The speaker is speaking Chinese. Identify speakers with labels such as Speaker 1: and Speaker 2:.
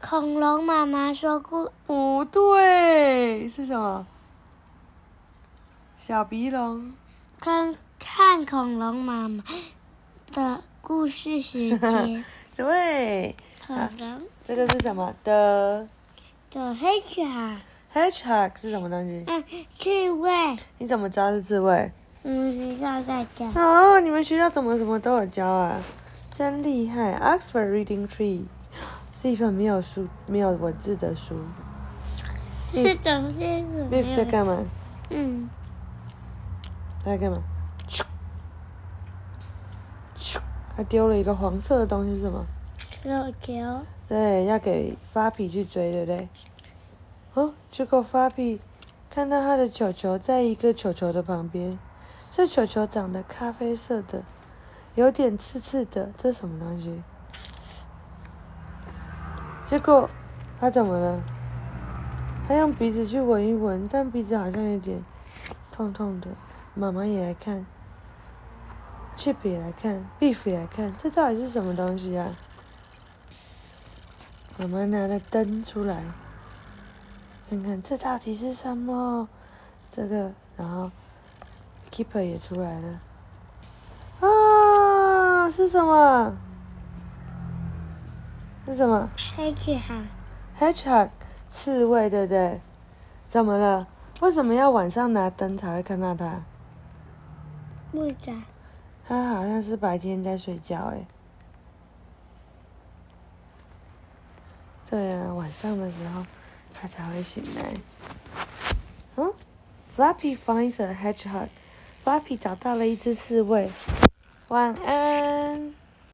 Speaker 1: 恐龙妈妈说故
Speaker 2: 不对，是什么？小鼻龙。
Speaker 1: 跟看恐龙妈妈的故事时间，
Speaker 2: 对，
Speaker 1: 恐龙
Speaker 2: 这个是什么的
Speaker 1: 的黑犬，
Speaker 2: ？Hedgehog 是什么东西？
Speaker 1: 嗯，趣味，
Speaker 2: 你怎么知道是刺猬？
Speaker 1: 嗯，学校在讲，
Speaker 2: 哦，你们学校怎么什么都有教啊？真厉害！Oxford Reading Tree 是一本没有书、没有文字的书。
Speaker 1: 是总是什
Speaker 2: Biff 在
Speaker 1: 么？
Speaker 2: 干嘛？
Speaker 1: 嗯，
Speaker 2: 他在干嘛？他丢了一个黄色的东西，是什么？
Speaker 1: 肉球，
Speaker 2: 对，要给 Fluffy 去追，对不对？哦，结果 Fluffy 看到他的球球在一个球球的旁边，这球球长得咖啡色的，有点刺刺的，这什么东西？结果他怎么了？他用鼻子去闻一闻，但鼻子好像有点痛痛的。妈妈也来看，Chip 也来看，Beef 也来看，这到底是什么东西啊？我们拿了灯出来，看看这到底是什么？这个，然后 keeper 也出来了。啊，是什么？是什么
Speaker 1: 黑犬，
Speaker 2: ？hedgehog，刺猬，对不对？怎么了？为什么要晚上拿灯才会看到它？
Speaker 1: 木仔，
Speaker 2: 它好像是白天在睡觉，哎。对啊，晚上的时候它才会醒来。嗯，Flappy finds a hedgehog。Flappy 找到了一只刺猬。晚安。